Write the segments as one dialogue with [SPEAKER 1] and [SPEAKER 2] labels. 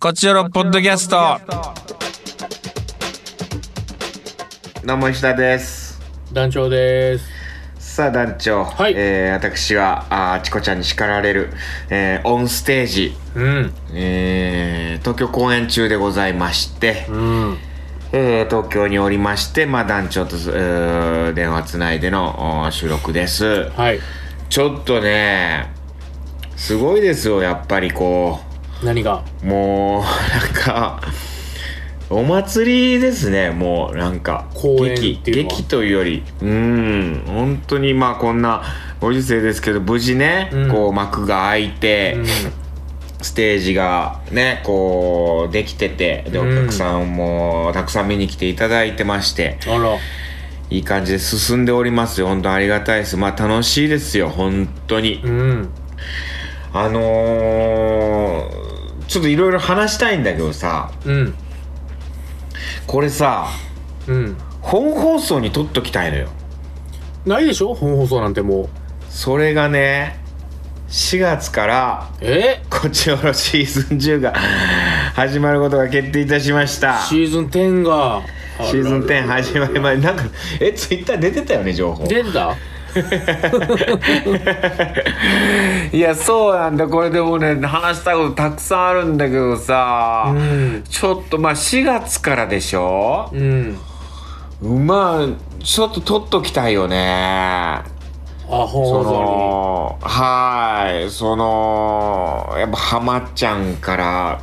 [SPEAKER 1] こちらのポッドキャスト。
[SPEAKER 2] どうも石田です
[SPEAKER 3] 団長です。
[SPEAKER 2] さあ団長、
[SPEAKER 3] はい
[SPEAKER 2] えー私はあーチコちゃんに叱られる、えーオンステージ、
[SPEAKER 3] うん。
[SPEAKER 2] えー東京公演中でございまして、
[SPEAKER 3] うん。
[SPEAKER 2] えー東京におりまして、まあ、団長と、えー電話つないでのおー収録です
[SPEAKER 3] はい。
[SPEAKER 2] ちょっとねすごいですよやっぱりこ
[SPEAKER 3] 何が
[SPEAKER 2] うもうなんかお祭りですねもうなんか
[SPEAKER 3] 公演っていうのは
[SPEAKER 2] 劇劇というよりうん本当にまあこんなご時世ですけど無事ね、
[SPEAKER 3] うん
[SPEAKER 2] こう幕が開いて、
[SPEAKER 3] うん。
[SPEAKER 2] ステージがねこうできててでお
[SPEAKER 3] うん
[SPEAKER 2] 客さんもたくさん見に来ていただいてまして、
[SPEAKER 3] あら。
[SPEAKER 2] いい感じで進んでおりますよ本当ありがたいですまあ楽しいですよ本当に、
[SPEAKER 3] うん。
[SPEAKER 2] あのー、ちょっといろいろ話したいんだけどさ
[SPEAKER 3] うん。
[SPEAKER 2] これさ
[SPEAKER 3] うん。
[SPEAKER 2] 本放送に撮っときたいのよ
[SPEAKER 3] ないでしょ本放送なんてもう。
[SPEAKER 2] それがね4月から
[SPEAKER 3] え
[SPEAKER 2] こっちおろシーズン10が始まることが決定いたしましたシ
[SPEAKER 3] シーズン10が。
[SPEAKER 2] ーズン10始まり前なんかえツイッター出てたよね情報
[SPEAKER 3] 出てた
[SPEAKER 2] いやそうなんだこれでもね話したいことたくさんあるんだけどさ、
[SPEAKER 3] うん。
[SPEAKER 2] ちょっとまあ4月からでしょ
[SPEAKER 3] うん。
[SPEAKER 2] まあちょっと取っときたいよね
[SPEAKER 3] あ、
[SPEAKER 2] そ
[SPEAKER 3] 本放
[SPEAKER 2] のはいそのやっぱ浜ちゃんから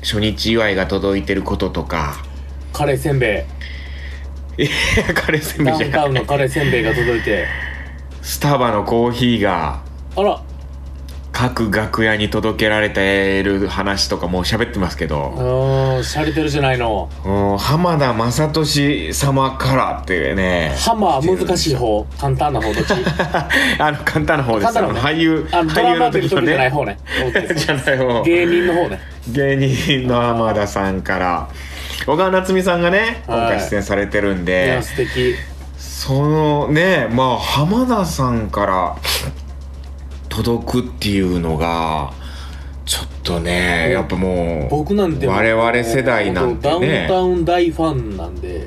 [SPEAKER 2] 初日祝いが届いてることとか
[SPEAKER 3] 送に。カレーせんべ
[SPEAKER 2] いや彼せ
[SPEAKER 3] い。
[SPEAKER 2] んべ
[SPEAKER 3] ダ
[SPEAKER 2] い
[SPEAKER 3] ウ
[SPEAKER 2] じ
[SPEAKER 3] ン
[SPEAKER 2] ゃ
[SPEAKER 3] タウン
[SPEAKER 2] な
[SPEAKER 3] の
[SPEAKER 2] い
[SPEAKER 3] カレーせんべいが届いて。
[SPEAKER 2] スタバのコーヒーが
[SPEAKER 3] あら。
[SPEAKER 2] 各楽屋に届けられてる話とかもう喋ってますけ
[SPEAKER 3] う
[SPEAKER 2] ど、
[SPEAKER 3] ーん。洒落てるじゃないの。
[SPEAKER 2] うん、浜田雅俊様からっていうね
[SPEAKER 3] ハマー難しい方。簡単な方どっち
[SPEAKER 2] あの簡単な方です
[SPEAKER 3] 簡単な
[SPEAKER 2] あ
[SPEAKER 3] 方
[SPEAKER 2] の俳優
[SPEAKER 3] あの、ド
[SPEAKER 2] 俳
[SPEAKER 3] ラ
[SPEAKER 2] 優
[SPEAKER 3] マ
[SPEAKER 2] の
[SPEAKER 3] 出る
[SPEAKER 2] 時
[SPEAKER 3] 時
[SPEAKER 2] の
[SPEAKER 3] じゃない
[SPEAKER 2] ね
[SPEAKER 3] 方ね。OK で す
[SPEAKER 2] じゃない方
[SPEAKER 3] 芸人の方 ね。
[SPEAKER 2] 芸人の浜田さんから小川夏美さんがね今
[SPEAKER 3] はい
[SPEAKER 2] 回出演されてるん
[SPEAKER 3] い
[SPEAKER 2] で
[SPEAKER 3] や、素敵。
[SPEAKER 2] そのねまあ浜田さんから届くっていうのがちょっとねやっぱもう
[SPEAKER 3] 僕なんてもう
[SPEAKER 2] 我々世代なんてね
[SPEAKER 3] ダウンタウン大ファンなんで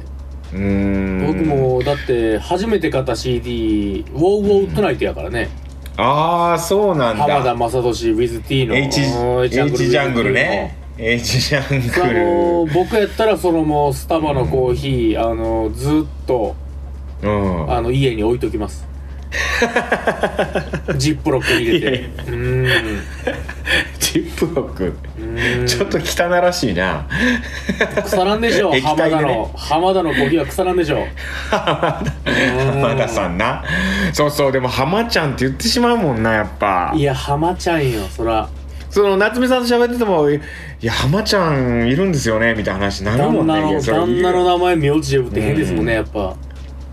[SPEAKER 2] うーん
[SPEAKER 3] 僕もだって初めて買った CD「ウォウウォウトナイト」やからね
[SPEAKER 2] ああそうなん
[SPEAKER 3] 浜田
[SPEAKER 2] だ
[SPEAKER 3] 雅俊 WithT の
[SPEAKER 2] H,
[SPEAKER 3] うん
[SPEAKER 2] H ジャングルね H ジャング
[SPEAKER 3] あの
[SPEAKER 2] ル
[SPEAKER 3] 僕やったらそのもうスタバのコーヒーあのずっと
[SPEAKER 2] うん
[SPEAKER 3] あの家に置いときます ジップロックに入れてうーん
[SPEAKER 2] ジップロック
[SPEAKER 3] うーん
[SPEAKER 2] ちょっと汚らしいな
[SPEAKER 3] 腐らんでしょ
[SPEAKER 2] 液体
[SPEAKER 3] 浜
[SPEAKER 2] でね
[SPEAKER 3] 田の浜田のコーヒーは腐らんでしょ
[SPEAKER 2] 浜田さんなそうそうでも浜ちゃんって言ってしまうもんなやっぱ
[SPEAKER 3] いや浜ちゃんよそら
[SPEAKER 2] その夏目さんと喋ってても「いや浜ちゃんいるんですよね」みたいな話になるも
[SPEAKER 3] 旦
[SPEAKER 2] んね
[SPEAKER 3] 那
[SPEAKER 2] い
[SPEAKER 3] の
[SPEAKER 2] やそれ
[SPEAKER 3] 旦那の名前名字で呼ぶって変ですもんねやっぱ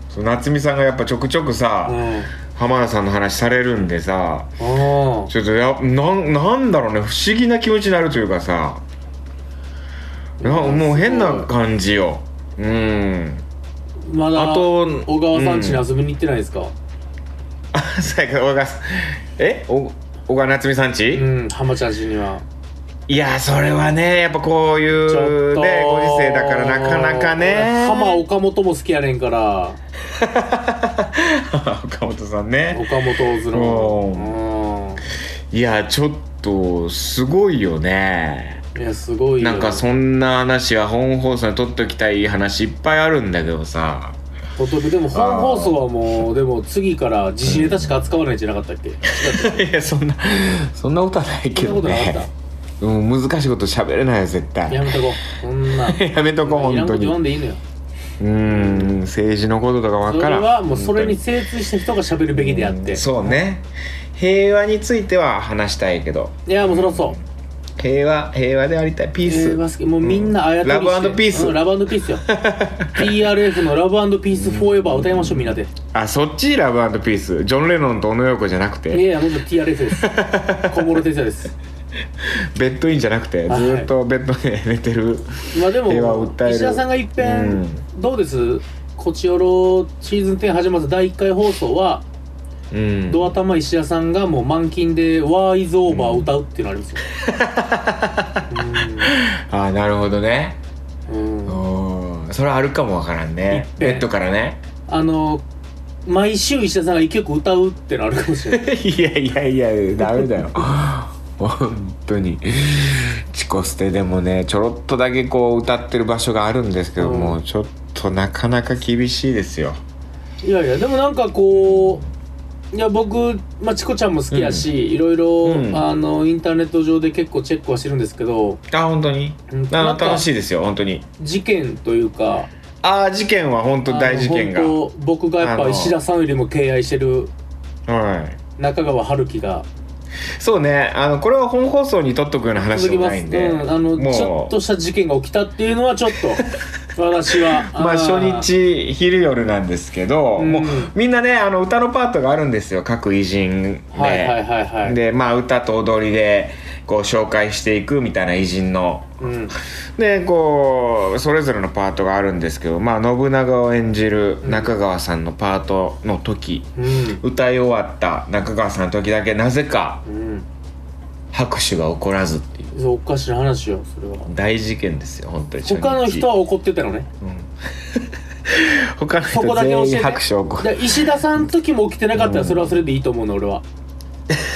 [SPEAKER 2] そう夏美さんがやっぱちょくちょくさ、
[SPEAKER 3] うん
[SPEAKER 2] 浜田さんの話されるんでさ
[SPEAKER 3] うん
[SPEAKER 2] ちょっとやなんなんだろうね不思議な気持ちになるというかさなもう変な感じようん
[SPEAKER 3] まだ
[SPEAKER 2] あと
[SPEAKER 3] 小川さん家に遊びに行ってないですか
[SPEAKER 2] あ最後小川さんえお小川夏美さんち、
[SPEAKER 3] うん浜ちゃん家にはい
[SPEAKER 2] やそれはねやっぱこうい
[SPEAKER 3] ちょっ
[SPEAKER 2] う
[SPEAKER 3] と
[SPEAKER 2] ねご時世だからなかなかね
[SPEAKER 3] 浜岡本も好きやねんから
[SPEAKER 2] 岡本さんね
[SPEAKER 3] 岡本大津の
[SPEAKER 2] いやちょっとすごいよね
[SPEAKER 3] うんいやすごいよ
[SPEAKER 2] なんかそんな話は本放送にとっときたい話いっぱいあるんだけどさ
[SPEAKER 3] お得でも本放送はもうでも次から自信ネタしか扱わないんじゃなかったっけ
[SPEAKER 2] いやそんなそんなことはないけ
[SPEAKER 3] そんな
[SPEAKER 2] ど
[SPEAKER 3] ことなかっ
[SPEAKER 2] ねうん難しいこと喋れないよ絶
[SPEAKER 3] た
[SPEAKER 2] 対
[SPEAKER 3] やめとこそんな
[SPEAKER 2] やめ とこ
[SPEAKER 3] い
[SPEAKER 2] 本
[SPEAKER 3] ら
[SPEAKER 2] 当
[SPEAKER 3] んこと言わん
[SPEAKER 2] に
[SPEAKER 3] でいいのよ
[SPEAKER 2] うん政治のこととか
[SPEAKER 3] そ
[SPEAKER 2] わ
[SPEAKER 3] れ
[SPEAKER 2] からん
[SPEAKER 3] はもうそれに精通した人が喋るべきであっ
[SPEAKER 2] う
[SPEAKER 3] て
[SPEAKER 2] んそうね平和については話したいけど
[SPEAKER 3] いやもうそろそろ
[SPEAKER 2] 平和平和でありたいピース、
[SPEAKER 3] えーバスケもうみんなあやとりして
[SPEAKER 2] ラブピース
[SPEAKER 3] うんラブピースよ TRF のラブピースフォーエバー歌いましょうみんなで
[SPEAKER 2] あそっちラブピースジョン・レノンと小野洋子じゃなく
[SPEAKER 3] いやい
[SPEAKER 2] て
[SPEAKER 3] やもう TRF です小室哲也です
[SPEAKER 2] ベッドインじゃなくてず
[SPEAKER 3] はい
[SPEAKER 2] ーっとベッドで寝てる、
[SPEAKER 3] まあでも
[SPEAKER 2] 平和を訴える
[SPEAKER 3] 石田さんがいっぺん、
[SPEAKER 2] うん
[SPEAKER 3] どうですこちよろシーズン10始まる第1回放送は、
[SPEAKER 2] うん
[SPEAKER 3] ドア玉石田さんがもう満勤で「ワーイズオーバー」歌うっていうのありますよ、うん
[SPEAKER 2] ああなるほどね
[SPEAKER 3] うん
[SPEAKER 2] うんそれはあるかもわからんね
[SPEAKER 3] いっぺん
[SPEAKER 2] ベッドからね
[SPEAKER 3] あの毎週石田さんが一曲歌うってのあるかもしれない
[SPEAKER 2] いやいやいやダメだよ 本当にチコステでもねちょろっとだけこう歌ってる場所があるんですけども、
[SPEAKER 3] う
[SPEAKER 2] ちょっとなかなか厳しいですよ
[SPEAKER 3] いやいやでもなんかこういや僕、まあ、チコちゃんも好きやし、いろいろ、
[SPEAKER 2] うん
[SPEAKER 3] あのインターネット上で結構チェックはしてるんですけど
[SPEAKER 2] あ本当に
[SPEAKER 3] うん
[SPEAKER 2] あ
[SPEAKER 3] なん
[SPEAKER 2] の
[SPEAKER 3] か
[SPEAKER 2] 楽しいですよ本当に
[SPEAKER 3] 事件というか
[SPEAKER 2] ああ事件は本当大事件が
[SPEAKER 3] あの本当僕がやっ
[SPEAKER 2] あ
[SPEAKER 3] ぱ
[SPEAKER 2] の
[SPEAKER 3] 石田さんよりも敬愛してる
[SPEAKER 2] はい
[SPEAKER 3] 中川春樹が
[SPEAKER 2] そうねあのこれは本放送に取っとくような話
[SPEAKER 3] 続
[SPEAKER 2] で
[SPEAKER 3] き
[SPEAKER 2] も
[SPEAKER 3] ま
[SPEAKER 2] な
[SPEAKER 3] す、
[SPEAKER 2] い
[SPEAKER 3] うん
[SPEAKER 2] で、
[SPEAKER 3] ん、あの
[SPEAKER 2] もう
[SPEAKER 3] ちょっとした事件が起きたっていうのはちょっ と私は
[SPEAKER 2] まあ初日昼夜なんですけど、
[SPEAKER 3] うん
[SPEAKER 2] もうみんなねあの歌のパートがあるんですよ各偉人で、
[SPEAKER 3] はいはいはいはい
[SPEAKER 2] でまあ歌と踊りでこう紹介していくみたいな偉人の
[SPEAKER 3] うん
[SPEAKER 2] でこうそれぞれのパートがあるんですけどまあ信長を演じる中川さんのパートの時、
[SPEAKER 3] うん
[SPEAKER 2] 歌い終わった中川さんの時だけなぜか
[SPEAKER 3] うん
[SPEAKER 2] 拍手が起こらずっていう
[SPEAKER 3] そうおかしな話よそれは
[SPEAKER 2] 大事件ですよ本当に初日
[SPEAKER 3] 他の人は怒ってたのね
[SPEAKER 2] うん他の
[SPEAKER 3] そこ
[SPEAKER 2] 人
[SPEAKER 3] だけ教え
[SPEAKER 2] 全
[SPEAKER 3] て
[SPEAKER 2] 員拍手を起こ
[SPEAKER 3] で石田さんの時も起きてなかったらそれはそれでいいと思うの俺は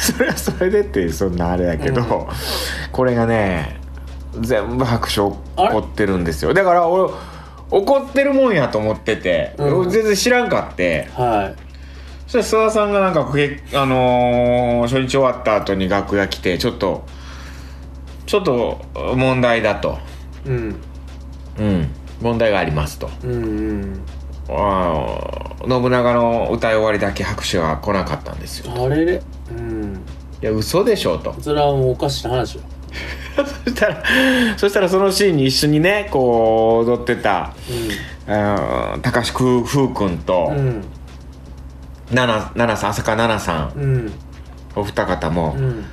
[SPEAKER 2] それはそれでっていうそんなあれだけど、これがね全部拍手起こってるんですよだから俺怒ってるもんやと思ってて、
[SPEAKER 3] うん
[SPEAKER 2] 俺全然知らんかって
[SPEAKER 3] は
[SPEAKER 2] そしたら諏訪さんがなんかけ、あのー初日終わった後に楽屋来てちょっとちょっと問題だと、
[SPEAKER 3] いうん
[SPEAKER 2] うん、問題がありますと
[SPEAKER 3] うんうん
[SPEAKER 2] あー信長の歌い終わりだけ拍手が来なかったんですよ
[SPEAKER 3] あれれうん
[SPEAKER 2] いや嘘でしょと
[SPEAKER 3] それはもうおかしな話よ
[SPEAKER 2] そしたら、そしたらそのシーンに一緒にね、こう、踊ってた、あー高橋く風くんと
[SPEAKER 3] う、ん
[SPEAKER 2] なな、ななさん、浅香ななさん、
[SPEAKER 3] うんうん
[SPEAKER 2] お二方も、
[SPEAKER 3] うん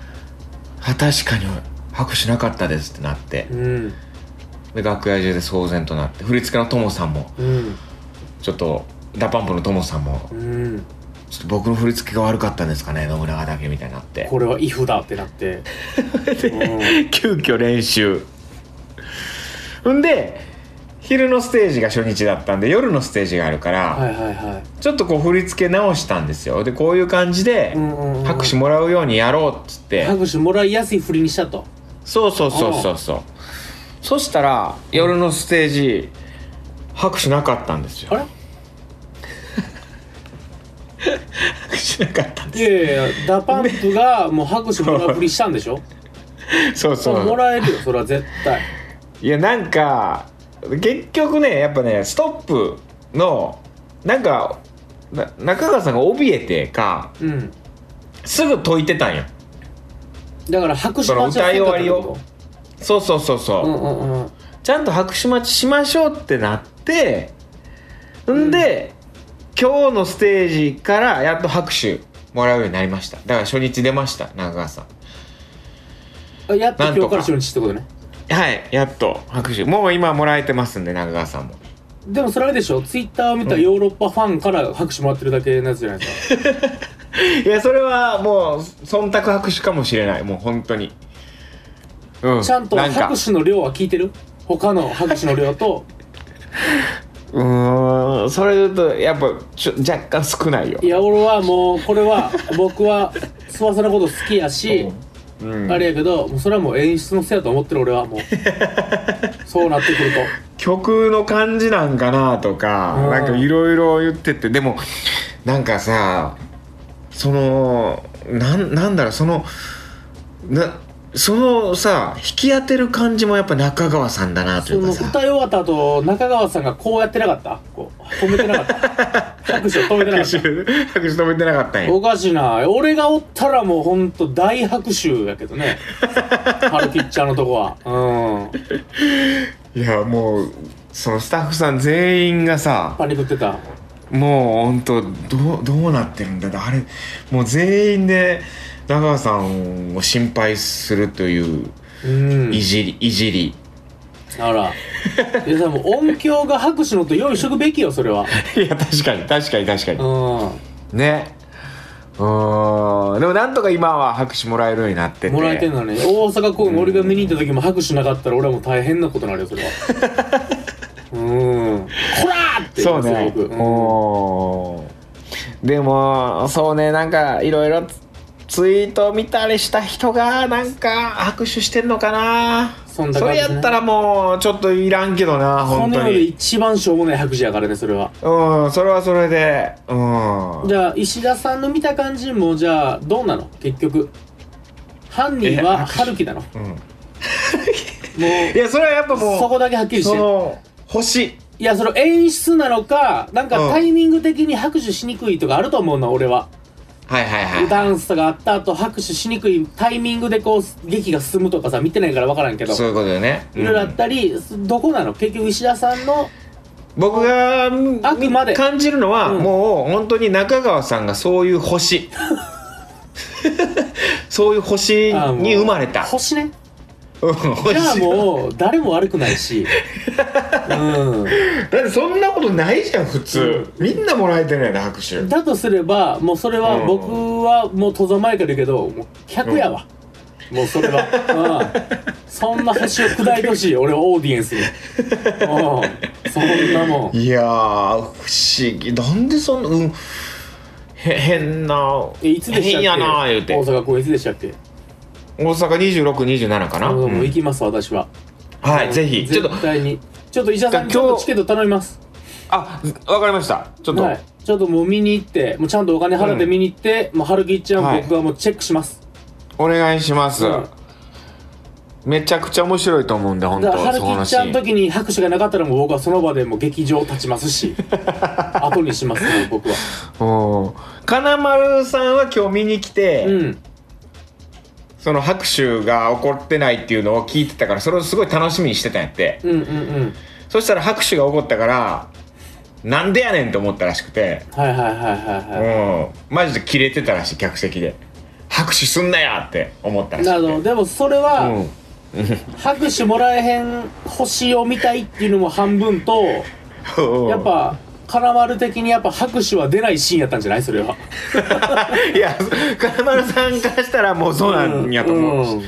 [SPEAKER 2] あ、確かに拍手なかったですってなって、
[SPEAKER 3] うん
[SPEAKER 2] で、楽屋中で騒然となって、振り付けのともさんも、
[SPEAKER 3] うん
[SPEAKER 2] ちょっと、ダパンプのともさんも、
[SPEAKER 3] うん
[SPEAKER 2] ちょっと僕の振り付けが悪かったんですかね、信長だけみたいになって。
[SPEAKER 3] これは「イフだ」ってなって
[SPEAKER 2] 急遽練習ほんで昼のステージが初日だったんで夜のステージがあるから、
[SPEAKER 3] はいはいは
[SPEAKER 2] ちょっとこう振り付け直したんですよでこういう感じで
[SPEAKER 3] い、うんうんうん、
[SPEAKER 2] 拍手もらうようにやろうっつって、
[SPEAKER 3] 拍手もらいやすい振りにしたと
[SPEAKER 2] そうそうそうそうそうそしたら夜のステージ拍手なかったんですよ
[SPEAKER 3] あれ
[SPEAKER 2] 拍手なかったんで
[SPEAKER 3] いやいやいやダパンプがもう拍手もらう振りしたんでしょ
[SPEAKER 2] すそう
[SPEAKER 3] そ
[SPEAKER 2] そう
[SPEAKER 3] もらえるよそれは絶対
[SPEAKER 2] いやなんか結局ねやっぱねストップのなんかな中川さんが怯えてか
[SPEAKER 3] うん
[SPEAKER 2] すぐ解いてたんよ
[SPEAKER 3] だから拍手
[SPEAKER 2] その
[SPEAKER 3] 待ちは
[SPEAKER 2] 歌い終わり
[SPEAKER 3] せんかっ
[SPEAKER 2] をそうそうそうそう、
[SPEAKER 3] たってことうんうんうん
[SPEAKER 2] ちゃんと拍手待ちしましょうってなってんで、今日のステージからやっと拍手もらうようになりましただから初日出ました中川さん
[SPEAKER 3] あやっと
[SPEAKER 2] な
[SPEAKER 3] 今
[SPEAKER 2] んと
[SPEAKER 3] 日
[SPEAKER 2] か
[SPEAKER 3] から初日ってことね
[SPEAKER 2] はいやっと拍手もう今もらえてますんで中川さんも
[SPEAKER 3] でもそれあれでしょツイッターを見たヨーロッパファンから拍手もらってるだけのやつじゃないですか
[SPEAKER 2] いやそれはもう忖度拍手かもしれないもう本当にうん
[SPEAKER 3] ちゃんと
[SPEAKER 2] なんか
[SPEAKER 3] 拍手の量は聞いてる他の拍手の量と
[SPEAKER 2] うーんそれだとやっぱちょ若干少ないよ
[SPEAKER 3] いや俺はもうこれは僕は諏訪さんのこと好きやし、
[SPEAKER 2] うん
[SPEAKER 3] あれやけどもうそれはもう演出のせいやと思ってる俺はもうそうなってく ると
[SPEAKER 2] 曲の感じなんかなとか
[SPEAKER 3] うん
[SPEAKER 2] なんかいろいろ言っててでもなんかさそのなんなんだろうそのなそのさ引き当てる感じもやっぱ中川さんだなとい
[SPEAKER 3] そうの
[SPEAKER 2] か
[SPEAKER 3] 歌い
[SPEAKER 2] さ
[SPEAKER 3] 終わった後中川さんがこうやってなかったこう止めてなかった 拍手を止めてなか
[SPEAKER 2] 拍
[SPEAKER 3] っ
[SPEAKER 2] 手
[SPEAKER 3] た
[SPEAKER 2] 拍手止めてなかったんや
[SPEAKER 3] おかしいな俺がおったらもうほんと大拍手やけ どね春ピッチャーのとこはうん
[SPEAKER 2] いやもうそのスタッフさん全員がさ
[SPEAKER 3] パニックってた
[SPEAKER 2] もうほんとどうどうなってるんだあれもう全員で中川さんを心配するという
[SPEAKER 3] うん
[SPEAKER 2] いじりいじり
[SPEAKER 3] あらいやでも音響が拍手のと用意しとくべきよそれはい
[SPEAKER 2] や確かに確かに確か
[SPEAKER 3] うん
[SPEAKER 2] にねうんでもなんとか今は拍手もらえるようになってて
[SPEAKER 3] もらえてんのね大阪公演俺が見に行った時も拍手なかったら俺はもう大変なことになるよそれは うんこらーって
[SPEAKER 2] そうね
[SPEAKER 3] すごくうん
[SPEAKER 2] うんでもそうねなんかいろいろツイート見たりした人がなんか拍手してんのかな
[SPEAKER 3] そんな
[SPEAKER 2] そ
[SPEAKER 3] 感
[SPEAKER 2] れ
[SPEAKER 3] じね
[SPEAKER 2] やったらもうちょっといらんけどな
[SPEAKER 3] こ
[SPEAKER 2] 本
[SPEAKER 3] の
[SPEAKER 2] 当
[SPEAKER 3] 世で
[SPEAKER 2] に
[SPEAKER 3] 一番しょうもない拍手やからねそれは
[SPEAKER 2] うんそれはそれでうん
[SPEAKER 3] じゃあ石田さんの見た感じもじゃあどうなの結局犯人
[SPEAKER 2] え
[SPEAKER 3] は
[SPEAKER 2] 拍手
[SPEAKER 3] 春樹 なのも
[SPEAKER 2] うんいうやそれはやっぱ
[SPEAKER 3] そ
[SPEAKER 2] も
[SPEAKER 3] こだけはっき
[SPEAKER 2] う
[SPEAKER 3] りし
[SPEAKER 2] そ
[SPEAKER 3] て
[SPEAKER 2] の星
[SPEAKER 3] いやその演出なのかなん
[SPEAKER 2] う
[SPEAKER 3] か
[SPEAKER 2] ん
[SPEAKER 3] タイミング的に拍手しにくいとかあると思うの俺は
[SPEAKER 2] はいはいは
[SPEAKER 3] ダンスとかあった後拍手しにくいタイミングでこう劇が進むとかさ見てないから分からんけど
[SPEAKER 2] いそういうことよね
[SPEAKER 3] いろいろあ
[SPEAKER 2] うん
[SPEAKER 3] ったりすどこなの結局石田さんの
[SPEAKER 2] 僕がうん
[SPEAKER 3] あくまで
[SPEAKER 2] 感じるのは、
[SPEAKER 3] うん
[SPEAKER 2] もう本当に中川さんがそういう 星そういう星
[SPEAKER 3] あもう
[SPEAKER 2] に生まれた
[SPEAKER 3] 星ね
[SPEAKER 2] うん
[SPEAKER 3] じゃあ
[SPEAKER 2] 星
[SPEAKER 3] もう誰も悪くない しう
[SPEAKER 2] だってそんなことないじゃん普通、みんなもらえてるやね拍手
[SPEAKER 3] んだとすればもうそれは
[SPEAKER 2] うん
[SPEAKER 3] 僕はもう登山前から言うけどもう客やわ、もうそれは、うん、そんな星を砕いてほしい俺はオーディエンスに、うん、そんなもん
[SPEAKER 2] いやー不思議なんでそんなうんへ変な
[SPEAKER 3] えいつでしたっ
[SPEAKER 2] 変
[SPEAKER 3] け
[SPEAKER 2] やなー言うて
[SPEAKER 3] 大阪公演いつでしたっけ
[SPEAKER 2] 大阪2627かな、
[SPEAKER 3] あのも
[SPEAKER 2] う
[SPEAKER 3] うん行きます私は
[SPEAKER 2] はいぜひちょっと
[SPEAKER 3] 絶対にちょっと石田さんにち
[SPEAKER 2] 今日
[SPEAKER 3] ょっとチケット頼みます
[SPEAKER 2] あわかりましたちょっと、
[SPEAKER 3] はい、ちょっともう見に行ってもうちゃんとお金払って見に行って、もう春樹ちゃん、
[SPEAKER 2] はい
[SPEAKER 3] 僕はもうチェックします
[SPEAKER 2] お願いします、
[SPEAKER 3] うん
[SPEAKER 2] めちゃくちゃ面白いと思うんで本
[SPEAKER 3] だ
[SPEAKER 2] 当
[SPEAKER 3] から春
[SPEAKER 2] そこの
[SPEAKER 3] 樹
[SPEAKER 2] シ
[SPEAKER 3] ち
[SPEAKER 2] ー
[SPEAKER 3] ゃ
[SPEAKER 2] ン
[SPEAKER 3] んの時に拍手がなかったらもう僕はその場でもう劇場立ちま すし後にしますね僕は
[SPEAKER 2] うん金丸さんは今日見に来て、
[SPEAKER 3] うん
[SPEAKER 2] その拍手が起こってないっていうのを聞いてたからそれをすごい楽しみにしてたんやって
[SPEAKER 3] うんうんうん
[SPEAKER 2] そしたら拍手が起こったからなんでやねんと思ったらしくて、
[SPEAKER 3] はいはいはいはいは
[SPEAKER 2] うん、マジでキレてたらしい客席で拍手すんなやって思ったら
[SPEAKER 3] い
[SPEAKER 2] し
[SPEAKER 3] な
[SPEAKER 2] く
[SPEAKER 3] る
[SPEAKER 2] て
[SPEAKER 3] ほどでもそれは、
[SPEAKER 2] うん、
[SPEAKER 3] 拍手もらえへん星を見たいっていうのも半分とやっ ぱ金丸的にやっぱ拍手は出ないシーンやったんじゃないそれはい
[SPEAKER 2] や金丸さんからしたらもうそうなんやと思う、
[SPEAKER 3] ん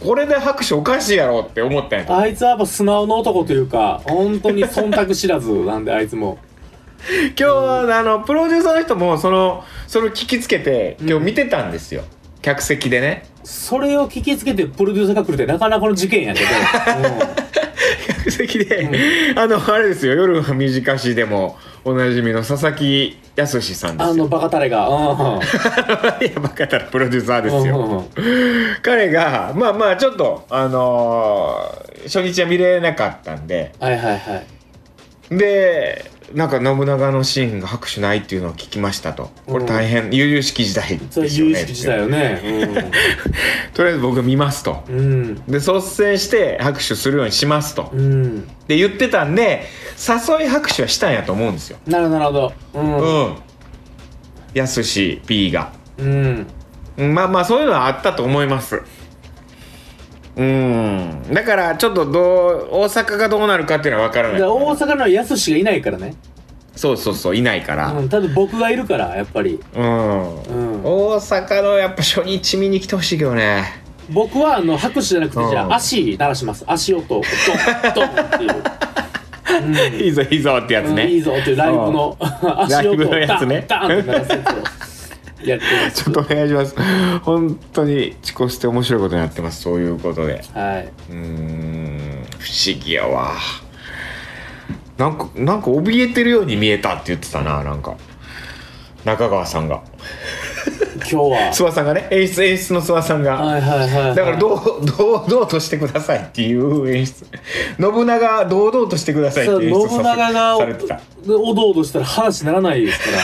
[SPEAKER 2] これで拍手おかしいやろって思ったんや
[SPEAKER 3] あいつはやっぱ素直な男というか本当に忖度知らずなんであいつも
[SPEAKER 2] 今日はあのプロデューサーの人もそのそれを聞きつけて今日見てたんですよ、客席で ね
[SPEAKER 3] それを聞きつけてプロデューサーが来るってなかなかの事件やけど、
[SPEAKER 2] 客席で、あのあれですよ夜は短しでもおなじみの佐々木康さん
[SPEAKER 3] うん
[SPEAKER 2] で
[SPEAKER 3] あ
[SPEAKER 2] すよ
[SPEAKER 3] のバカタレがうん
[SPEAKER 2] いやバカたらプロデューサーです
[SPEAKER 3] う
[SPEAKER 2] よ、
[SPEAKER 3] んうんうん
[SPEAKER 2] 彼がまあまあちょっとあのー初日は見れなかったんで
[SPEAKER 3] はいはいはい
[SPEAKER 2] でなんか信長のシーンが拍手ないっていうのを聞きましたとこれ大変悠々しき時代です
[SPEAKER 3] そ
[SPEAKER 2] よね
[SPEAKER 3] れ有意識時代よね
[SPEAKER 2] とりあえず僕見ますと
[SPEAKER 3] うん
[SPEAKER 2] で率先して拍手するようにしますと、
[SPEAKER 3] うん、うん、
[SPEAKER 2] で言ってたんで誘い拍手はしたんやと思うんですよ
[SPEAKER 3] なるほどなるほど
[SPEAKER 2] う
[SPEAKER 3] うん
[SPEAKER 2] やすし P が
[SPEAKER 3] んうん
[SPEAKER 2] うんまあまあそういうのはあったと思いますうんだからちょっとどう大阪がどうなるかっていうのは分から
[SPEAKER 3] だから
[SPEAKER 2] ない
[SPEAKER 3] 大阪のやすしがいないからね、
[SPEAKER 2] そうそうそういないから
[SPEAKER 3] うん、ただ僕がいるからやっぱり、
[SPEAKER 2] うん、
[SPEAKER 3] うん、
[SPEAKER 2] 大阪のやっぱ初日見に来てほしいけどね
[SPEAKER 3] 僕はあの拍手じゃなくてじゃ
[SPEAKER 2] うん
[SPEAKER 3] あ足鳴らします足音をドンドンって いう
[SPEAKER 2] いいぞいいぞってやつ
[SPEAKER 3] うん
[SPEAKER 2] ね、
[SPEAKER 3] いいぞっていうライブの 足
[SPEAKER 2] ライ
[SPEAKER 3] 音
[SPEAKER 2] ブの
[SPEAKER 3] を
[SPEAKER 2] や
[SPEAKER 3] ダ
[SPEAKER 2] つ
[SPEAKER 3] ン
[SPEAKER 2] ね
[SPEAKER 3] ダンって鳴らすやつをやってま
[SPEAKER 2] ちょ
[SPEAKER 3] す
[SPEAKER 2] っとお願いします本当に遅刻して面白いことになってますそういうことで
[SPEAKER 3] はい、
[SPEAKER 2] うーん不思議やわなんかなんか怯えてるように見えたって言ってたななんか中川さんが
[SPEAKER 3] 今日は
[SPEAKER 2] 諏訪さんがね演出演出の諏訪さんが、
[SPEAKER 3] はいはいはいはい
[SPEAKER 2] だから堂々堂々としてくださいっていう演出信長堂々としてくださいっていう演出
[SPEAKER 3] そう信長が
[SPEAKER 2] されてた
[SPEAKER 3] おどおどしたら話にならないですか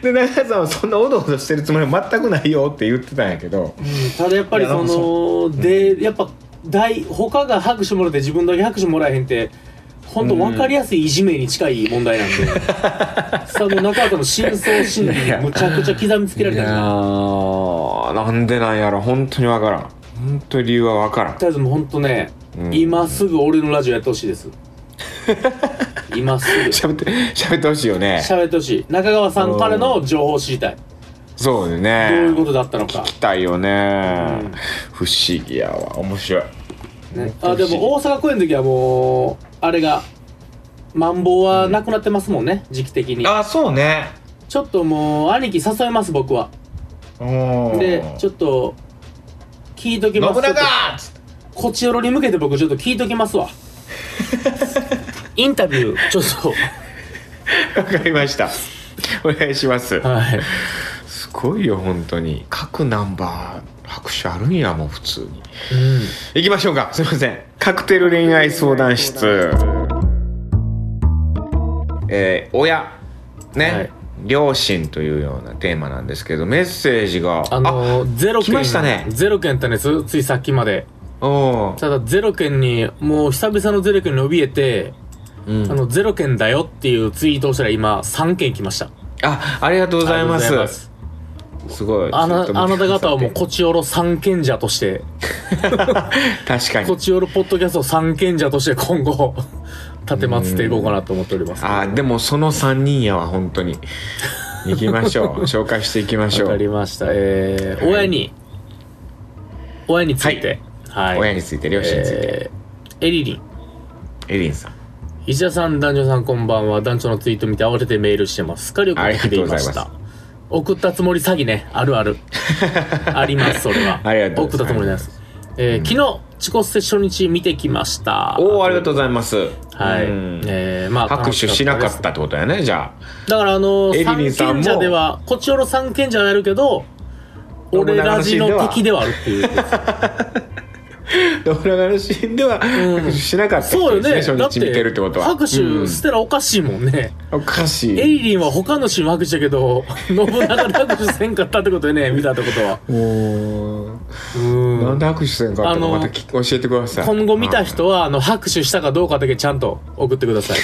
[SPEAKER 3] ら、
[SPEAKER 2] で中川さんはそんなおどおどしてるつもりは全くないよって言ってたんやけど
[SPEAKER 3] うん、ただやっぱり
[SPEAKER 2] いや
[SPEAKER 3] そ
[SPEAKER 2] なんか
[SPEAKER 3] のでやっぱ大他が拍手もらって自分だけ拍手もらえへんって本当分かりやすいいじめに近い問題なんで、 その中川の真相心理にむちゃくちゃ刻みつけられたんじゃない
[SPEAKER 2] ーなんでなんやろ本当にわからん本当に理由はわからん
[SPEAKER 3] とりあえずもうほんとね、
[SPEAKER 2] うん
[SPEAKER 3] 今すぐ俺のラジオやってほしい です今すぐ
[SPEAKER 2] 喋って喋ってほしいよね
[SPEAKER 3] 喋ってほしい中川さんからの情報を知りたい
[SPEAKER 2] そうで
[SPEAKER 3] ど
[SPEAKER 2] ね
[SPEAKER 3] ういうことだったのか
[SPEAKER 2] 聞、きたいよね、
[SPEAKER 3] うん
[SPEAKER 2] 不思議やわ面白い
[SPEAKER 3] ね、あでも大阪公演の時はもうあれがマンボウはなくなってますもんね、時期的に
[SPEAKER 2] あそうね
[SPEAKER 3] ちょっともう兄貴誘います僕はで
[SPEAKER 2] で
[SPEAKER 3] ちょ
[SPEAKER 2] っ
[SPEAKER 3] っと聞いとき
[SPEAKER 2] 信
[SPEAKER 3] ます
[SPEAKER 2] 長
[SPEAKER 3] ちょっと
[SPEAKER 2] っつって
[SPEAKER 3] こちよろに向けて僕ちょっと聞いと きますわインタビューちょっ
[SPEAKER 2] わかりましたお願いします
[SPEAKER 3] とはい
[SPEAKER 2] すごいよ本当に各ナンバー拍手あるんやもう普通に行きましょうかすいませんカクテル恋愛相談室えー親ね、
[SPEAKER 3] はい
[SPEAKER 2] 両親というようなテーマなんですけどメッセージが
[SPEAKER 3] あのー、ゼロ件
[SPEAKER 2] 来ましたね
[SPEAKER 3] ゼロ件やったんですついさっきまで
[SPEAKER 2] あおー
[SPEAKER 3] ただゼロ件にもう久々のゼロ件に怯えて、
[SPEAKER 2] うん
[SPEAKER 3] あのゼロ件だよっていうツイートをしたら今3件来ました
[SPEAKER 2] あありがとうございま
[SPEAKER 3] あ
[SPEAKER 2] す
[SPEAKER 3] りがとうご
[SPEAKER 2] すごい
[SPEAKER 3] あな
[SPEAKER 2] ずっと
[SPEAKER 3] あ
[SPEAKER 2] 見
[SPEAKER 3] な
[SPEAKER 2] て
[SPEAKER 3] た
[SPEAKER 2] くださって
[SPEAKER 3] 方はもうこちおろ三賢者として
[SPEAKER 2] 確かに
[SPEAKER 3] こちおろポッドキャスト三賢者として今 後立てまつっていこうかなと思っております
[SPEAKER 2] あーでもその3人やわ本当 に行きましょう紹介していきまし
[SPEAKER 3] わ
[SPEAKER 2] ょ
[SPEAKER 3] か
[SPEAKER 2] う
[SPEAKER 3] りましたえー
[SPEAKER 2] はい
[SPEAKER 3] 親に親についてはい、
[SPEAKER 2] 親について両親について、
[SPEAKER 3] えーエリリン
[SPEAKER 2] エリンさん
[SPEAKER 3] 石田さん、男女さんこんばんは。団長のツイート見て慌ててメールしてます。すっかり送ってきていまし
[SPEAKER 2] ありがとうござい
[SPEAKER 3] た。送ったつもり詐欺ね。あるあ る。あります、それは。
[SPEAKER 2] ありがとう
[SPEAKER 3] 送
[SPEAKER 2] ご
[SPEAKER 3] っ
[SPEAKER 2] ざ
[SPEAKER 3] た
[SPEAKER 2] います
[SPEAKER 3] つもりです。えー昨日、遅刻せ初日見てきました。
[SPEAKER 2] おおありがとう
[SPEAKER 3] う
[SPEAKER 2] ございます
[SPEAKER 3] はい。
[SPEAKER 2] うん
[SPEAKER 3] えー、まあ、
[SPEAKER 2] 拍手しなかったってことやねじゃ
[SPEAKER 3] だからあの
[SPEAKER 2] エ
[SPEAKER 3] ー、
[SPEAKER 2] リリンさんも
[SPEAKER 3] 三賢者では、こっちおろ三賢者はやるけど、
[SPEAKER 2] 信長
[SPEAKER 3] 俺
[SPEAKER 2] の
[SPEAKER 3] ラジ
[SPEAKER 2] シーンでは
[SPEAKER 3] の敵ではあるっていう。
[SPEAKER 2] あ信長のシーンでは拍手しなかった
[SPEAKER 3] そうよね。
[SPEAKER 2] 初
[SPEAKER 3] だって、
[SPEAKER 2] 日見てるってことは
[SPEAKER 3] 拍
[SPEAKER 2] う
[SPEAKER 3] 手
[SPEAKER 2] ん
[SPEAKER 3] したらおかしいもんね。
[SPEAKER 2] おかし
[SPEAKER 3] エリ
[SPEAKER 2] い
[SPEAKER 3] リンは他のシーンは拍手だけ ど、信長で拍手せんかったってことよね、見たってことは。
[SPEAKER 2] も
[SPEAKER 3] う
[SPEAKER 2] うなん
[SPEAKER 3] ん。
[SPEAKER 2] で拍手せんかったの
[SPEAKER 3] あの
[SPEAKER 2] またき教えてください
[SPEAKER 3] 今後見た人は、あの、拍手したかどうかだけちゃんと送ってく ださい。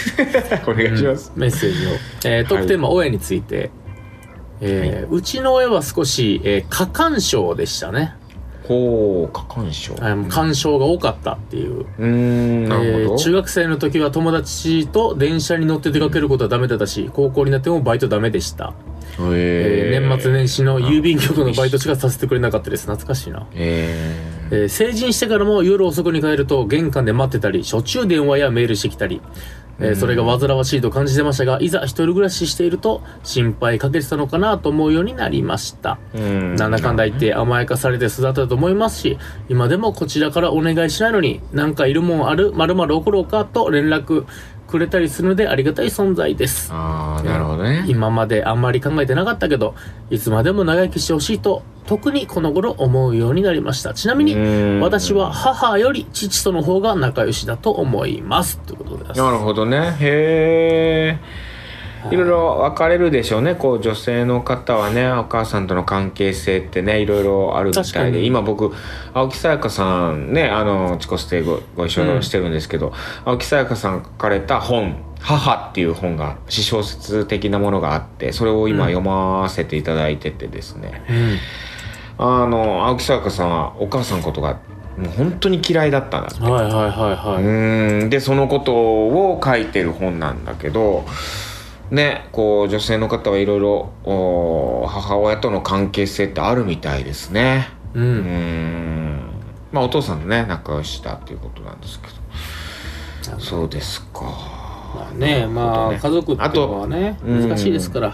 [SPEAKER 2] うんお願いします
[SPEAKER 3] メッセージを。えー、特典は親について。えーうちの親は少し、えー、過干渉でしたね。
[SPEAKER 2] ほう過干渉
[SPEAKER 3] あの干渉が多かったってい
[SPEAKER 2] う
[SPEAKER 3] う。
[SPEAKER 2] ーんな
[SPEAKER 3] え
[SPEAKER 2] る
[SPEAKER 3] ー
[SPEAKER 2] ほ
[SPEAKER 3] 中
[SPEAKER 2] ど
[SPEAKER 3] 学生の時は友達と電車に乗って出かけることはダメだったし、高校になってもバイトダメでした。え
[SPEAKER 2] え
[SPEAKER 3] ー
[SPEAKER 2] ー
[SPEAKER 3] 年末年始の郵便局のバイトしかさせてくれなかったです。懐かしいな。
[SPEAKER 2] えー
[SPEAKER 3] えー成人してからも夜遅くに帰ると玄関で待ってたり、しょっちゅう電話やメールしてきたり、えー
[SPEAKER 2] うん
[SPEAKER 3] それが煩わしいと感じてましたが、いざ一人暮らししていると心配かけてたのかなと思うようになりました。
[SPEAKER 2] うん
[SPEAKER 3] なんだかんだ言って甘やかされて育ったと思いますし、今でもこちらからお願いしないのに、なんかいるもんある、まるまる送ろうかと連絡くれたりするのでありがたい存在です。
[SPEAKER 2] ああなるほどね
[SPEAKER 3] 今まであんまり考えてなかったけど、いつまでも長生きしてほしいと、特にこの頃思うようになりました。ちなみに、
[SPEAKER 2] うん
[SPEAKER 3] 私は母より父との方が仲良しだと思います。ということです。
[SPEAKER 2] なるほどねへえいろいろ分かれるでしょうねこう女性の方はねお母さんとの関係性ってねいろいろあるみた
[SPEAKER 3] 確
[SPEAKER 2] い
[SPEAKER 3] か
[SPEAKER 2] で
[SPEAKER 3] に
[SPEAKER 2] 今僕青木さやかさんねあのチコステごご一緒してるんですけど、青木さやかさんが書かれた本「母」っていう本が私小説的なものがあってそれを今読ませていただいててですね、
[SPEAKER 3] うん。
[SPEAKER 2] あの青木さやかさんはお母さんのことがもう本当に嫌いだったんだ
[SPEAKER 3] はいはいは
[SPEAKER 2] う
[SPEAKER 3] いはい。
[SPEAKER 2] ーんでそのことを書いてる本なんだけどねこう女性の方はいろいろお母親との関係性ってあるみたいですね
[SPEAKER 3] う
[SPEAKER 2] うー
[SPEAKER 3] ん。
[SPEAKER 2] んまあお父さんとね仲良しだっていうことなんですけどそうですか
[SPEAKER 3] まあね、まあ、
[SPEAKER 2] なる
[SPEAKER 3] 家
[SPEAKER 2] ほど
[SPEAKER 3] 族っていうのはね、
[SPEAKER 2] うん
[SPEAKER 3] 難しいですから、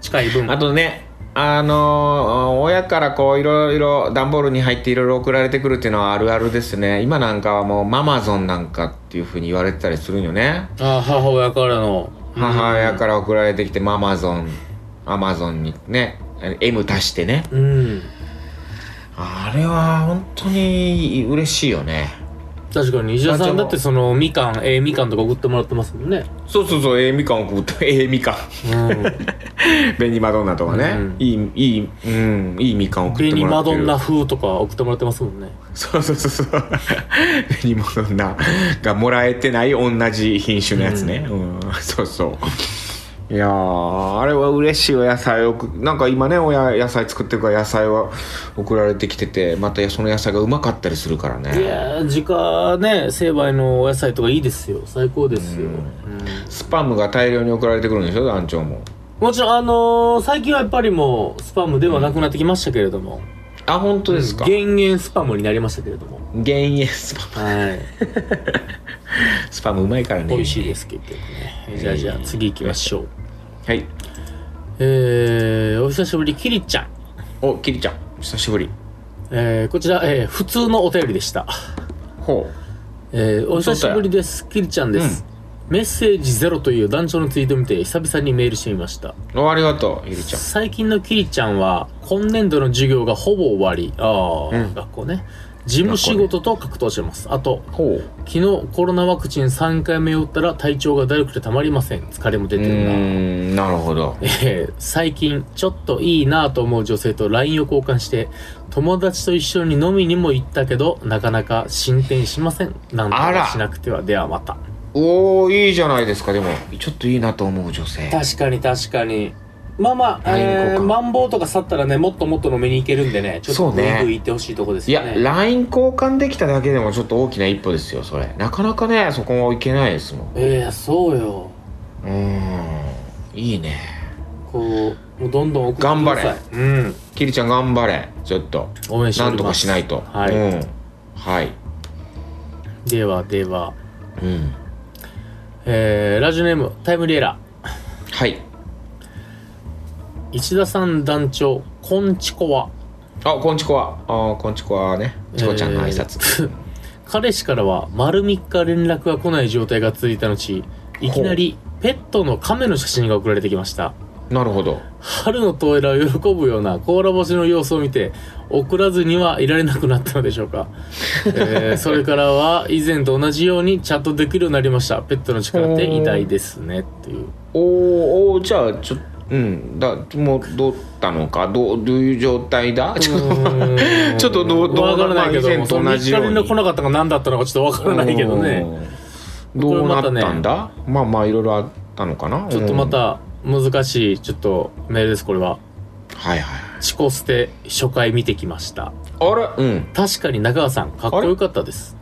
[SPEAKER 3] 近い分。
[SPEAKER 2] あとねあのー親からこういろいろ段ボールに入っていろいろ送られてくるっていうのはあるあるですね今なんかはもうママゾンなんかっていうふうに言われてたりするんよね
[SPEAKER 3] あ母親からの。
[SPEAKER 2] 母親から送られてきてママゾンアマゾンにね M 足してね
[SPEAKER 3] うん。
[SPEAKER 2] あれは本当に嬉しいよね
[SPEAKER 3] 確かに、石田さんだってその、みかん、えーみかんとか送ってもらってますもんね。
[SPEAKER 2] そうそうそうええみかん送って ええみかん
[SPEAKER 3] うん。
[SPEAKER 2] ベニマドンナとかね、
[SPEAKER 3] うん
[SPEAKER 2] いいいいうんいいみかん送っ
[SPEAKER 3] ベ
[SPEAKER 2] て
[SPEAKER 3] ニ
[SPEAKER 2] もら
[SPEAKER 3] マ
[SPEAKER 2] って
[SPEAKER 3] ド
[SPEAKER 2] る
[SPEAKER 3] ンナ風とか送ってもらってますもんね。
[SPEAKER 2] そうそうそうそう ベニマドンナがもらえてない同じ品種のやつね、うんそうそういやーあれは嬉しいお野菜をくなんか今ね親野菜作ってるから野菜は送られてきててまたその野菜がうまかったりするから
[SPEAKER 3] い
[SPEAKER 2] ね
[SPEAKER 3] やー、自家ね、成敗のお野菜とかいいですよ。最高ですよ。うん
[SPEAKER 2] スパムが大量に送られてくるんでしょ団長も
[SPEAKER 3] もちろん、あのー最近はやっぱりもう、スパムではなくなってきましたけれども。
[SPEAKER 2] あ本当ですか、
[SPEAKER 3] 減塩スパムになりましたけれども。
[SPEAKER 2] 減塩スパム
[SPEAKER 3] はい。
[SPEAKER 2] スパムうまいからね
[SPEAKER 3] 美味しいです、結局ね。じゃあじゃあ、次行きましょう。
[SPEAKER 2] はい
[SPEAKER 3] えー、お久しぶり、キリちゃん。
[SPEAKER 2] おキリちゃん久しぶり
[SPEAKER 3] えー、こちら、えー、普通のお便りでした。
[SPEAKER 2] ほ
[SPEAKER 3] えー、お久しぶりです。キリちゃんです。メッセージゼロという団長のツイートを見て久々にメールしてみました
[SPEAKER 2] うおありがとうゆりちゃん
[SPEAKER 3] 最近のキリちゃんは今年度の授業がほぼ終わりあ
[SPEAKER 2] う
[SPEAKER 3] あ、
[SPEAKER 2] ん
[SPEAKER 3] 学校ね事務仕事と格闘してますあと
[SPEAKER 2] ほ
[SPEAKER 3] 昨日コロナワクチン3回目打ったら体調がだるくてたまりません疲れも出
[SPEAKER 2] うう
[SPEAKER 3] てるな、
[SPEAKER 2] ーんなるほど
[SPEAKER 3] えー最近ちょっといいなぁと思う女性と LINE を交換して友達と一緒に飲みにも行ったけどなかなか進展しませんなんと
[SPEAKER 2] あら
[SPEAKER 3] かしなくてはではまた
[SPEAKER 2] おおいいじゃないですかでもちょっといいなと思う女性
[SPEAKER 3] 確かに確かにまあまあ、
[SPEAKER 2] LINE
[SPEAKER 3] えー、
[SPEAKER 2] 交換
[SPEAKER 3] マンボウとか去ったらねもっともっと飲みに行けるんでねちょっ
[SPEAKER 2] そう
[SPEAKER 3] とグイ
[SPEAKER 2] ね
[SPEAKER 3] グイ行ってほしいとこです
[SPEAKER 2] い
[SPEAKER 3] よ
[SPEAKER 2] や
[SPEAKER 3] ね
[SPEAKER 2] LINE 交換できただけでもちょっと大きな一歩ですよそれなかなかねそこはいけないですもんう
[SPEAKER 3] ええそうよ
[SPEAKER 2] ーんいいね
[SPEAKER 3] こうもうどんどん送ってくださ
[SPEAKER 2] 頑
[SPEAKER 3] い
[SPEAKER 2] 張れ
[SPEAKER 3] うん
[SPEAKER 2] キリちゃん頑張れちょっと
[SPEAKER 3] 応援してお
[SPEAKER 2] な
[SPEAKER 3] ります
[SPEAKER 2] んとかしないと
[SPEAKER 3] はい
[SPEAKER 2] うんはい
[SPEAKER 3] ではでは
[SPEAKER 2] うん
[SPEAKER 3] えー、ラジオネームタイムリエラー
[SPEAKER 2] はい
[SPEAKER 3] 石田さん団長こんちこは
[SPEAKER 2] あこんちこはあーこんちこはねチコちゃんの挨拶、
[SPEAKER 3] えー彼氏からは丸3日連絡が来ない状態が続いた後いきなりペットの亀の写真が送られてきました
[SPEAKER 2] なるほど
[SPEAKER 3] 春のトイレを喜ぶような甲羅干しの様子を見て送らずにはいられなくなったのでしょうか、え ーそれからは以前と同じようにチャットできるようになりましたペットの力って偉大ですねっていう
[SPEAKER 2] おーおーじゃあちょうんだもうどうったのかどうどういう状態だちょっとちょっとどうどう
[SPEAKER 3] わからないけ
[SPEAKER 2] まあ以前
[SPEAKER 3] どもそ
[SPEAKER 2] と
[SPEAKER 3] の
[SPEAKER 2] 同
[SPEAKER 3] 3日
[SPEAKER 2] じように
[SPEAKER 3] 連絡来なかったのが何だったのかちょっとわからないけどね
[SPEAKER 2] うんどうなったんだま,、あまあいろいろあったのかな
[SPEAKER 3] ちょっとま
[SPEAKER 2] うん
[SPEAKER 3] た難しいちょっとメールですこれは
[SPEAKER 2] はいはい
[SPEAKER 3] 「チコステ初回見てきました
[SPEAKER 2] あれうん
[SPEAKER 3] 確かに中川さんかっこよかったです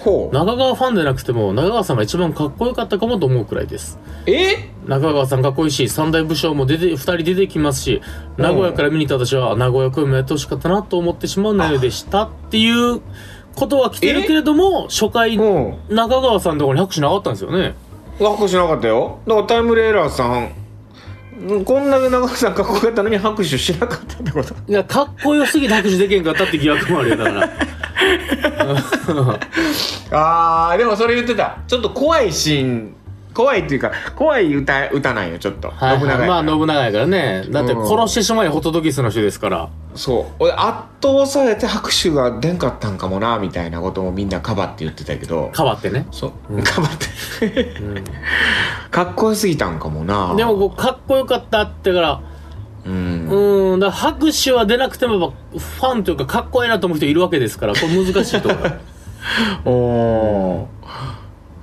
[SPEAKER 2] ほう
[SPEAKER 3] 中川ファンでなくても中川さんが一番かっこよかったかもと思うくらいです
[SPEAKER 2] え
[SPEAKER 3] 中川さんかっこいいし三大武将も出て2人出てきますし名古屋から見に行った私は名古屋公演もやってほしかったなと思ってしまう内容でしたっていうことは来てるけれども初回
[SPEAKER 2] うん
[SPEAKER 3] 中川さんのところに拍手なかったんですよね
[SPEAKER 2] 拍手しなかったよだからタイムレーラーさんうんこんな長川さんかっこよかったのに拍手しなかったってこと
[SPEAKER 3] いやかっこよすぎて拍手できへんかったって疑惑もあるよだ から
[SPEAKER 2] あーでもそれ言ってたちょっと怖いシーン怖いっていうか怖い歌歌なんよちょっと、
[SPEAKER 3] はいはい
[SPEAKER 2] 信長や
[SPEAKER 3] まあ信長やからねだって殺してしまえホトトギスの人ですから
[SPEAKER 2] そう俺圧倒されて拍手が出んかったんかもなみたいなこともみんなカバって言ってたけど
[SPEAKER 3] 変わってね、
[SPEAKER 2] そう、カバってかっこよすぎたんかもな
[SPEAKER 3] でもこうかっこよかったってから
[SPEAKER 2] う
[SPEAKER 3] うんーんだから拍手は出なくてもやっぱファンというかかっこいいなと思う人いるわけですからこれ難しいとこ
[SPEAKER 2] お
[SPEAKER 3] ろ、
[SPEAKER 2] お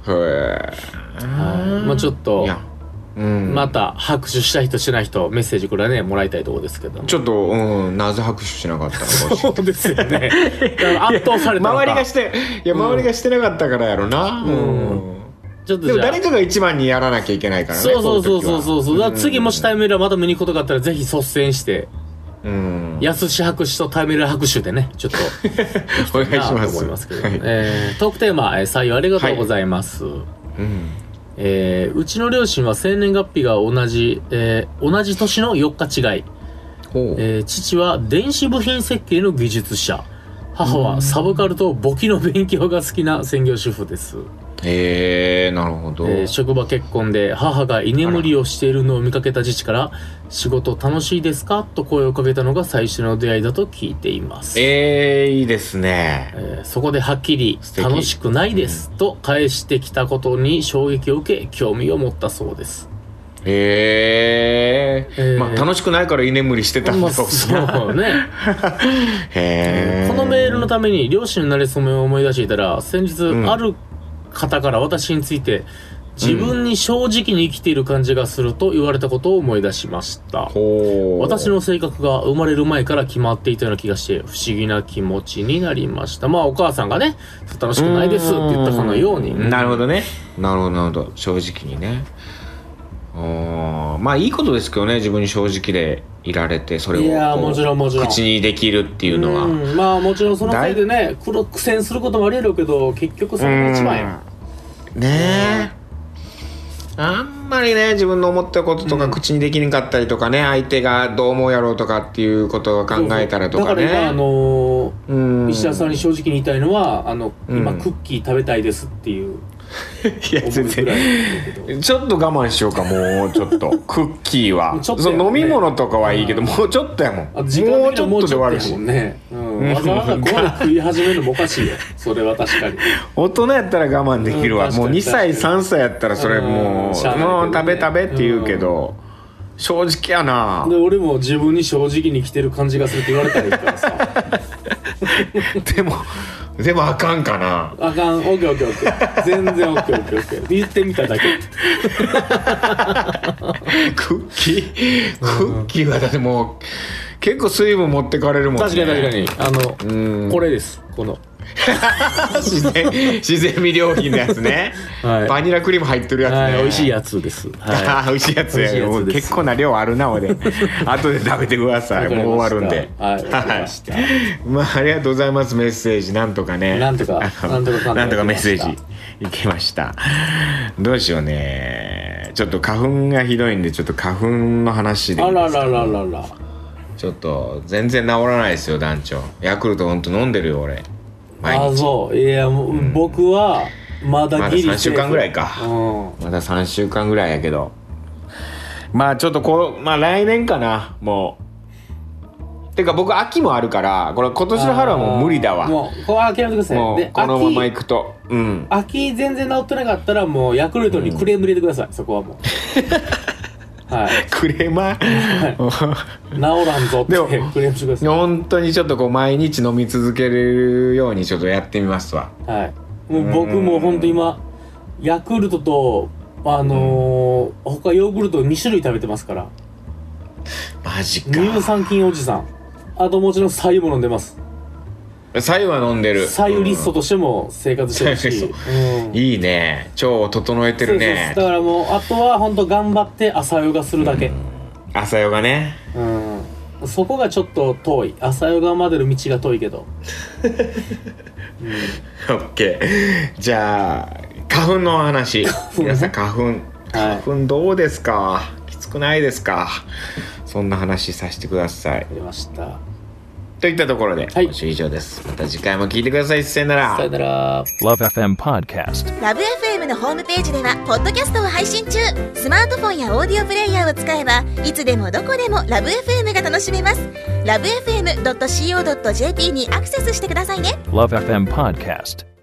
[SPEAKER 2] ーへえ、
[SPEAKER 3] はいまあ、ちょっ
[SPEAKER 2] い
[SPEAKER 3] と
[SPEAKER 2] やうん
[SPEAKER 3] また拍手した人してない人メッセージこれはねもらいたいところですけども
[SPEAKER 2] ちょっとうんなぜ拍手しなかったのか
[SPEAKER 3] そうですよねだから 圧倒されたの か
[SPEAKER 2] 周りがしていや周りがしてなかったからやろな
[SPEAKER 3] うん
[SPEAKER 2] うん
[SPEAKER 3] ちょっと
[SPEAKER 2] で
[SPEAKER 3] じ
[SPEAKER 2] も
[SPEAKER 3] ゃあ
[SPEAKER 2] 誰かが一番にやらなきゃいけないからね
[SPEAKER 3] そうそうそうそうそうそうだから次もし
[SPEAKER 2] した
[SPEAKER 3] タイムラーまた見に行くことがあったらぜひ率先して
[SPEAKER 2] うん
[SPEAKER 3] やすし拍手とタイムラー拍手でねちょっと
[SPEAKER 2] お願いし
[SPEAKER 3] な
[SPEAKER 2] ま
[SPEAKER 3] と
[SPEAKER 2] す
[SPEAKER 3] 思いますけど、
[SPEAKER 2] はい
[SPEAKER 3] えートークテーマ、えー採用ありがとうございます、
[SPEAKER 2] うん
[SPEAKER 3] えーうちの両親は生年月日が同じ、えー同じ年の4日違い、
[SPEAKER 2] ほう
[SPEAKER 3] えー父は電子部品設計の技術者母はサブカルと簿記の勉強が好きな専業主婦です、
[SPEAKER 2] へえなるほど
[SPEAKER 3] えー職場結婚で母が居眠りをしているのを見かけた父から「仕事楽しいですか?」と声をかけたのが最初の出会いだと聞いています
[SPEAKER 2] えー、いいですね
[SPEAKER 3] えーそこではっきり
[SPEAKER 2] 素敵
[SPEAKER 3] 「楽しくないです」と返してきたことに衝撃を受け興味を持ったそうです。
[SPEAKER 2] へえ
[SPEAKER 3] えー
[SPEAKER 2] まあ楽しくないから居眠りしてたん
[SPEAKER 3] ま
[SPEAKER 2] だ
[SPEAKER 3] あ
[SPEAKER 2] ろ
[SPEAKER 3] そう
[SPEAKER 2] な
[SPEAKER 3] う ね、
[SPEAKER 2] へえ
[SPEAKER 3] このメールのために両親のなれ初めを思い出していたら先日、
[SPEAKER 2] ん
[SPEAKER 3] ある方から私について自分に正直に生きている感じがすると言われたことを思い出しました、
[SPEAKER 2] ほう
[SPEAKER 3] 私の性格が生まれる前から決まっていたような気がして不思議な気持ちになりましたまあお母さんがね楽しくないですって言ったかのように
[SPEAKER 2] なるほどねなるほどなるほど正直にねあーあまあいいことですけどね自分に正直でいられてそれを
[SPEAKER 3] いやー
[SPEAKER 2] こう
[SPEAKER 3] もちろんもちろん
[SPEAKER 2] 口にできるっていうのはうん
[SPEAKER 3] んまあもちろんそのせいでね苦労苦戦することもありえるけど結局それが一番や
[SPEAKER 2] ねえあんまりね自分の思ったことと
[SPEAKER 3] う
[SPEAKER 2] か
[SPEAKER 3] ん
[SPEAKER 2] 口にできなかったりとかね、相手がどう思うやろうとかっていうことを考えたらとかね
[SPEAKER 3] だから今あのー
[SPEAKER 2] うん
[SPEAKER 3] 石田さんに正直に言いたいのはあの
[SPEAKER 2] うん
[SPEAKER 3] 今クッキー食べたいですっていう
[SPEAKER 2] いや
[SPEAKER 3] 思う
[SPEAKER 2] 全
[SPEAKER 3] ぐらい
[SPEAKER 2] 然
[SPEAKER 3] だけど
[SPEAKER 2] ちょっと我慢しようかもうちょ っとクッキーは、
[SPEAKER 3] もうちょっとや
[SPEAKER 2] そ
[SPEAKER 3] もん
[SPEAKER 2] の
[SPEAKER 3] ね
[SPEAKER 2] 飲み物とかはいいけど、もうちょっとやもん
[SPEAKER 3] あと時間
[SPEAKER 2] もう
[SPEAKER 3] 的に
[SPEAKER 2] ち
[SPEAKER 3] は
[SPEAKER 2] ょ
[SPEAKER 3] も
[SPEAKER 2] っ
[SPEAKER 3] う
[SPEAKER 2] と
[SPEAKER 3] ち
[SPEAKER 2] で
[SPEAKER 3] ょっと
[SPEAKER 2] 悪い
[SPEAKER 3] や
[SPEAKER 2] し
[SPEAKER 3] もんね、うん、
[SPEAKER 2] うん
[SPEAKER 3] わざわざご飯食い始めるのもおかしいよそれは確かに
[SPEAKER 2] 大人やったら我慢できるわ、
[SPEAKER 3] うん
[SPEAKER 2] もう2
[SPEAKER 3] 確か
[SPEAKER 2] 歳
[SPEAKER 3] に
[SPEAKER 2] 3歳やったらそれもう
[SPEAKER 3] う
[SPEAKER 2] 「
[SPEAKER 3] んしゃあないけど
[SPEAKER 2] も
[SPEAKER 3] ね
[SPEAKER 2] う食べ食べ」って言うけど、正直やな
[SPEAKER 3] で俺も自分に正直に来てる感じがするって言われたらいいからさ
[SPEAKER 2] でもでもあかんかな
[SPEAKER 3] あかん OKOKOK 全然 OKOKOK 言ってみただけ
[SPEAKER 2] クッキークッキーはだってもう結構水分持ってかれるもんね
[SPEAKER 3] 確かに確かにあの、
[SPEAKER 2] うん
[SPEAKER 3] これですこの
[SPEAKER 2] 自然自然味料品のやつね、
[SPEAKER 3] はい
[SPEAKER 2] バニラクリーム入ってるやつね、
[SPEAKER 3] はい、美味しいやつです。は
[SPEAKER 2] あー美味しいやつ
[SPEAKER 3] 美味しいやつです
[SPEAKER 2] もう結構な量あるな 俺後で食べてください
[SPEAKER 3] わかりました
[SPEAKER 2] もう終わるんで
[SPEAKER 3] はいわかりました
[SPEAKER 2] はいまあありがとうございますメッセージなんとかね
[SPEAKER 3] なんとか
[SPEAKER 2] あの
[SPEAKER 3] なんとかかんとか
[SPEAKER 2] なんとかメッセー
[SPEAKER 3] いけ
[SPEAKER 2] ジ
[SPEAKER 3] ま
[SPEAKER 2] いけましたどうしようねちょっと花粉がひどいんでちょっと花粉の話
[SPEAKER 3] い。
[SPEAKER 2] でい
[SPEAKER 3] あ
[SPEAKER 2] いで
[SPEAKER 3] ら
[SPEAKER 2] すか
[SPEAKER 3] らららら。
[SPEAKER 2] ちょっと全然治らないですよ団長ヤクルトほんと飲んでるよ俺毎
[SPEAKER 3] あ、
[SPEAKER 2] 日
[SPEAKER 3] そう。いや、もう、僕は、まだ
[SPEAKER 2] まだ
[SPEAKER 3] ギリセー
[SPEAKER 2] 3
[SPEAKER 3] フ。
[SPEAKER 2] 週間ぐらいか
[SPEAKER 3] うん。
[SPEAKER 2] まだ3週間ぐらいやけどまあちょっとこうまあ来年かなもうてか僕秋もあるからこれ今年の春はもう無理だわ
[SPEAKER 3] あー
[SPEAKER 2] も
[SPEAKER 3] もう、これ諦めてください。
[SPEAKER 2] う
[SPEAKER 3] で、
[SPEAKER 2] このまま
[SPEAKER 3] 秋
[SPEAKER 2] 行くとうん
[SPEAKER 3] 秋全然治ってなかったらもうヤクルトにクレーム入れてください、そこはも うはい
[SPEAKER 2] クレーマー
[SPEAKER 3] 治らんぞって
[SPEAKER 2] でも
[SPEAKER 3] クレームしてくださ
[SPEAKER 2] 本当にちょっとこう毎日飲み続けるようにちょっとやってみますわ
[SPEAKER 3] いはいもう僕もほんと今ヤクルトとあのー他ヨーグルト2種類食べてますから
[SPEAKER 2] マジか
[SPEAKER 3] 乳酸菌おじさんあともちろん白湯も飲んでます
[SPEAKER 2] 白湯は飲んでる
[SPEAKER 3] 白湯リストとしても生活してるし、
[SPEAKER 2] 白湯リ
[SPEAKER 3] うん
[SPEAKER 2] いいね腸を整えてるね
[SPEAKER 3] そうそうそうだからもうあとは本当頑張って朝ヨガするだけ、
[SPEAKER 2] 朝ヨガね
[SPEAKER 3] うんそこがちょっと遠い朝ヨガまでの道が遠いけど
[SPEAKER 2] オッケーじゃあ花粉の話
[SPEAKER 3] 粉ね
[SPEAKER 2] 皆さん花粉花粉どうですか、きつくないですかそんな話させてください
[SPEAKER 3] やりました
[SPEAKER 2] といったところで、
[SPEAKER 3] はい
[SPEAKER 2] 今週以上ですまた次回も聞いてくださいさよなら
[SPEAKER 3] さよなら
[SPEAKER 1] Love FM Podcast.
[SPEAKER 4] ラブ f m のホームページではポッドキャストを配信中スマートフォンやオーディオプレイヤーを使えばいつでもどこでもラブ f m が楽しめますラブ FM.co.jp にアクセスしてくださいね
[SPEAKER 1] Love FM Podcast.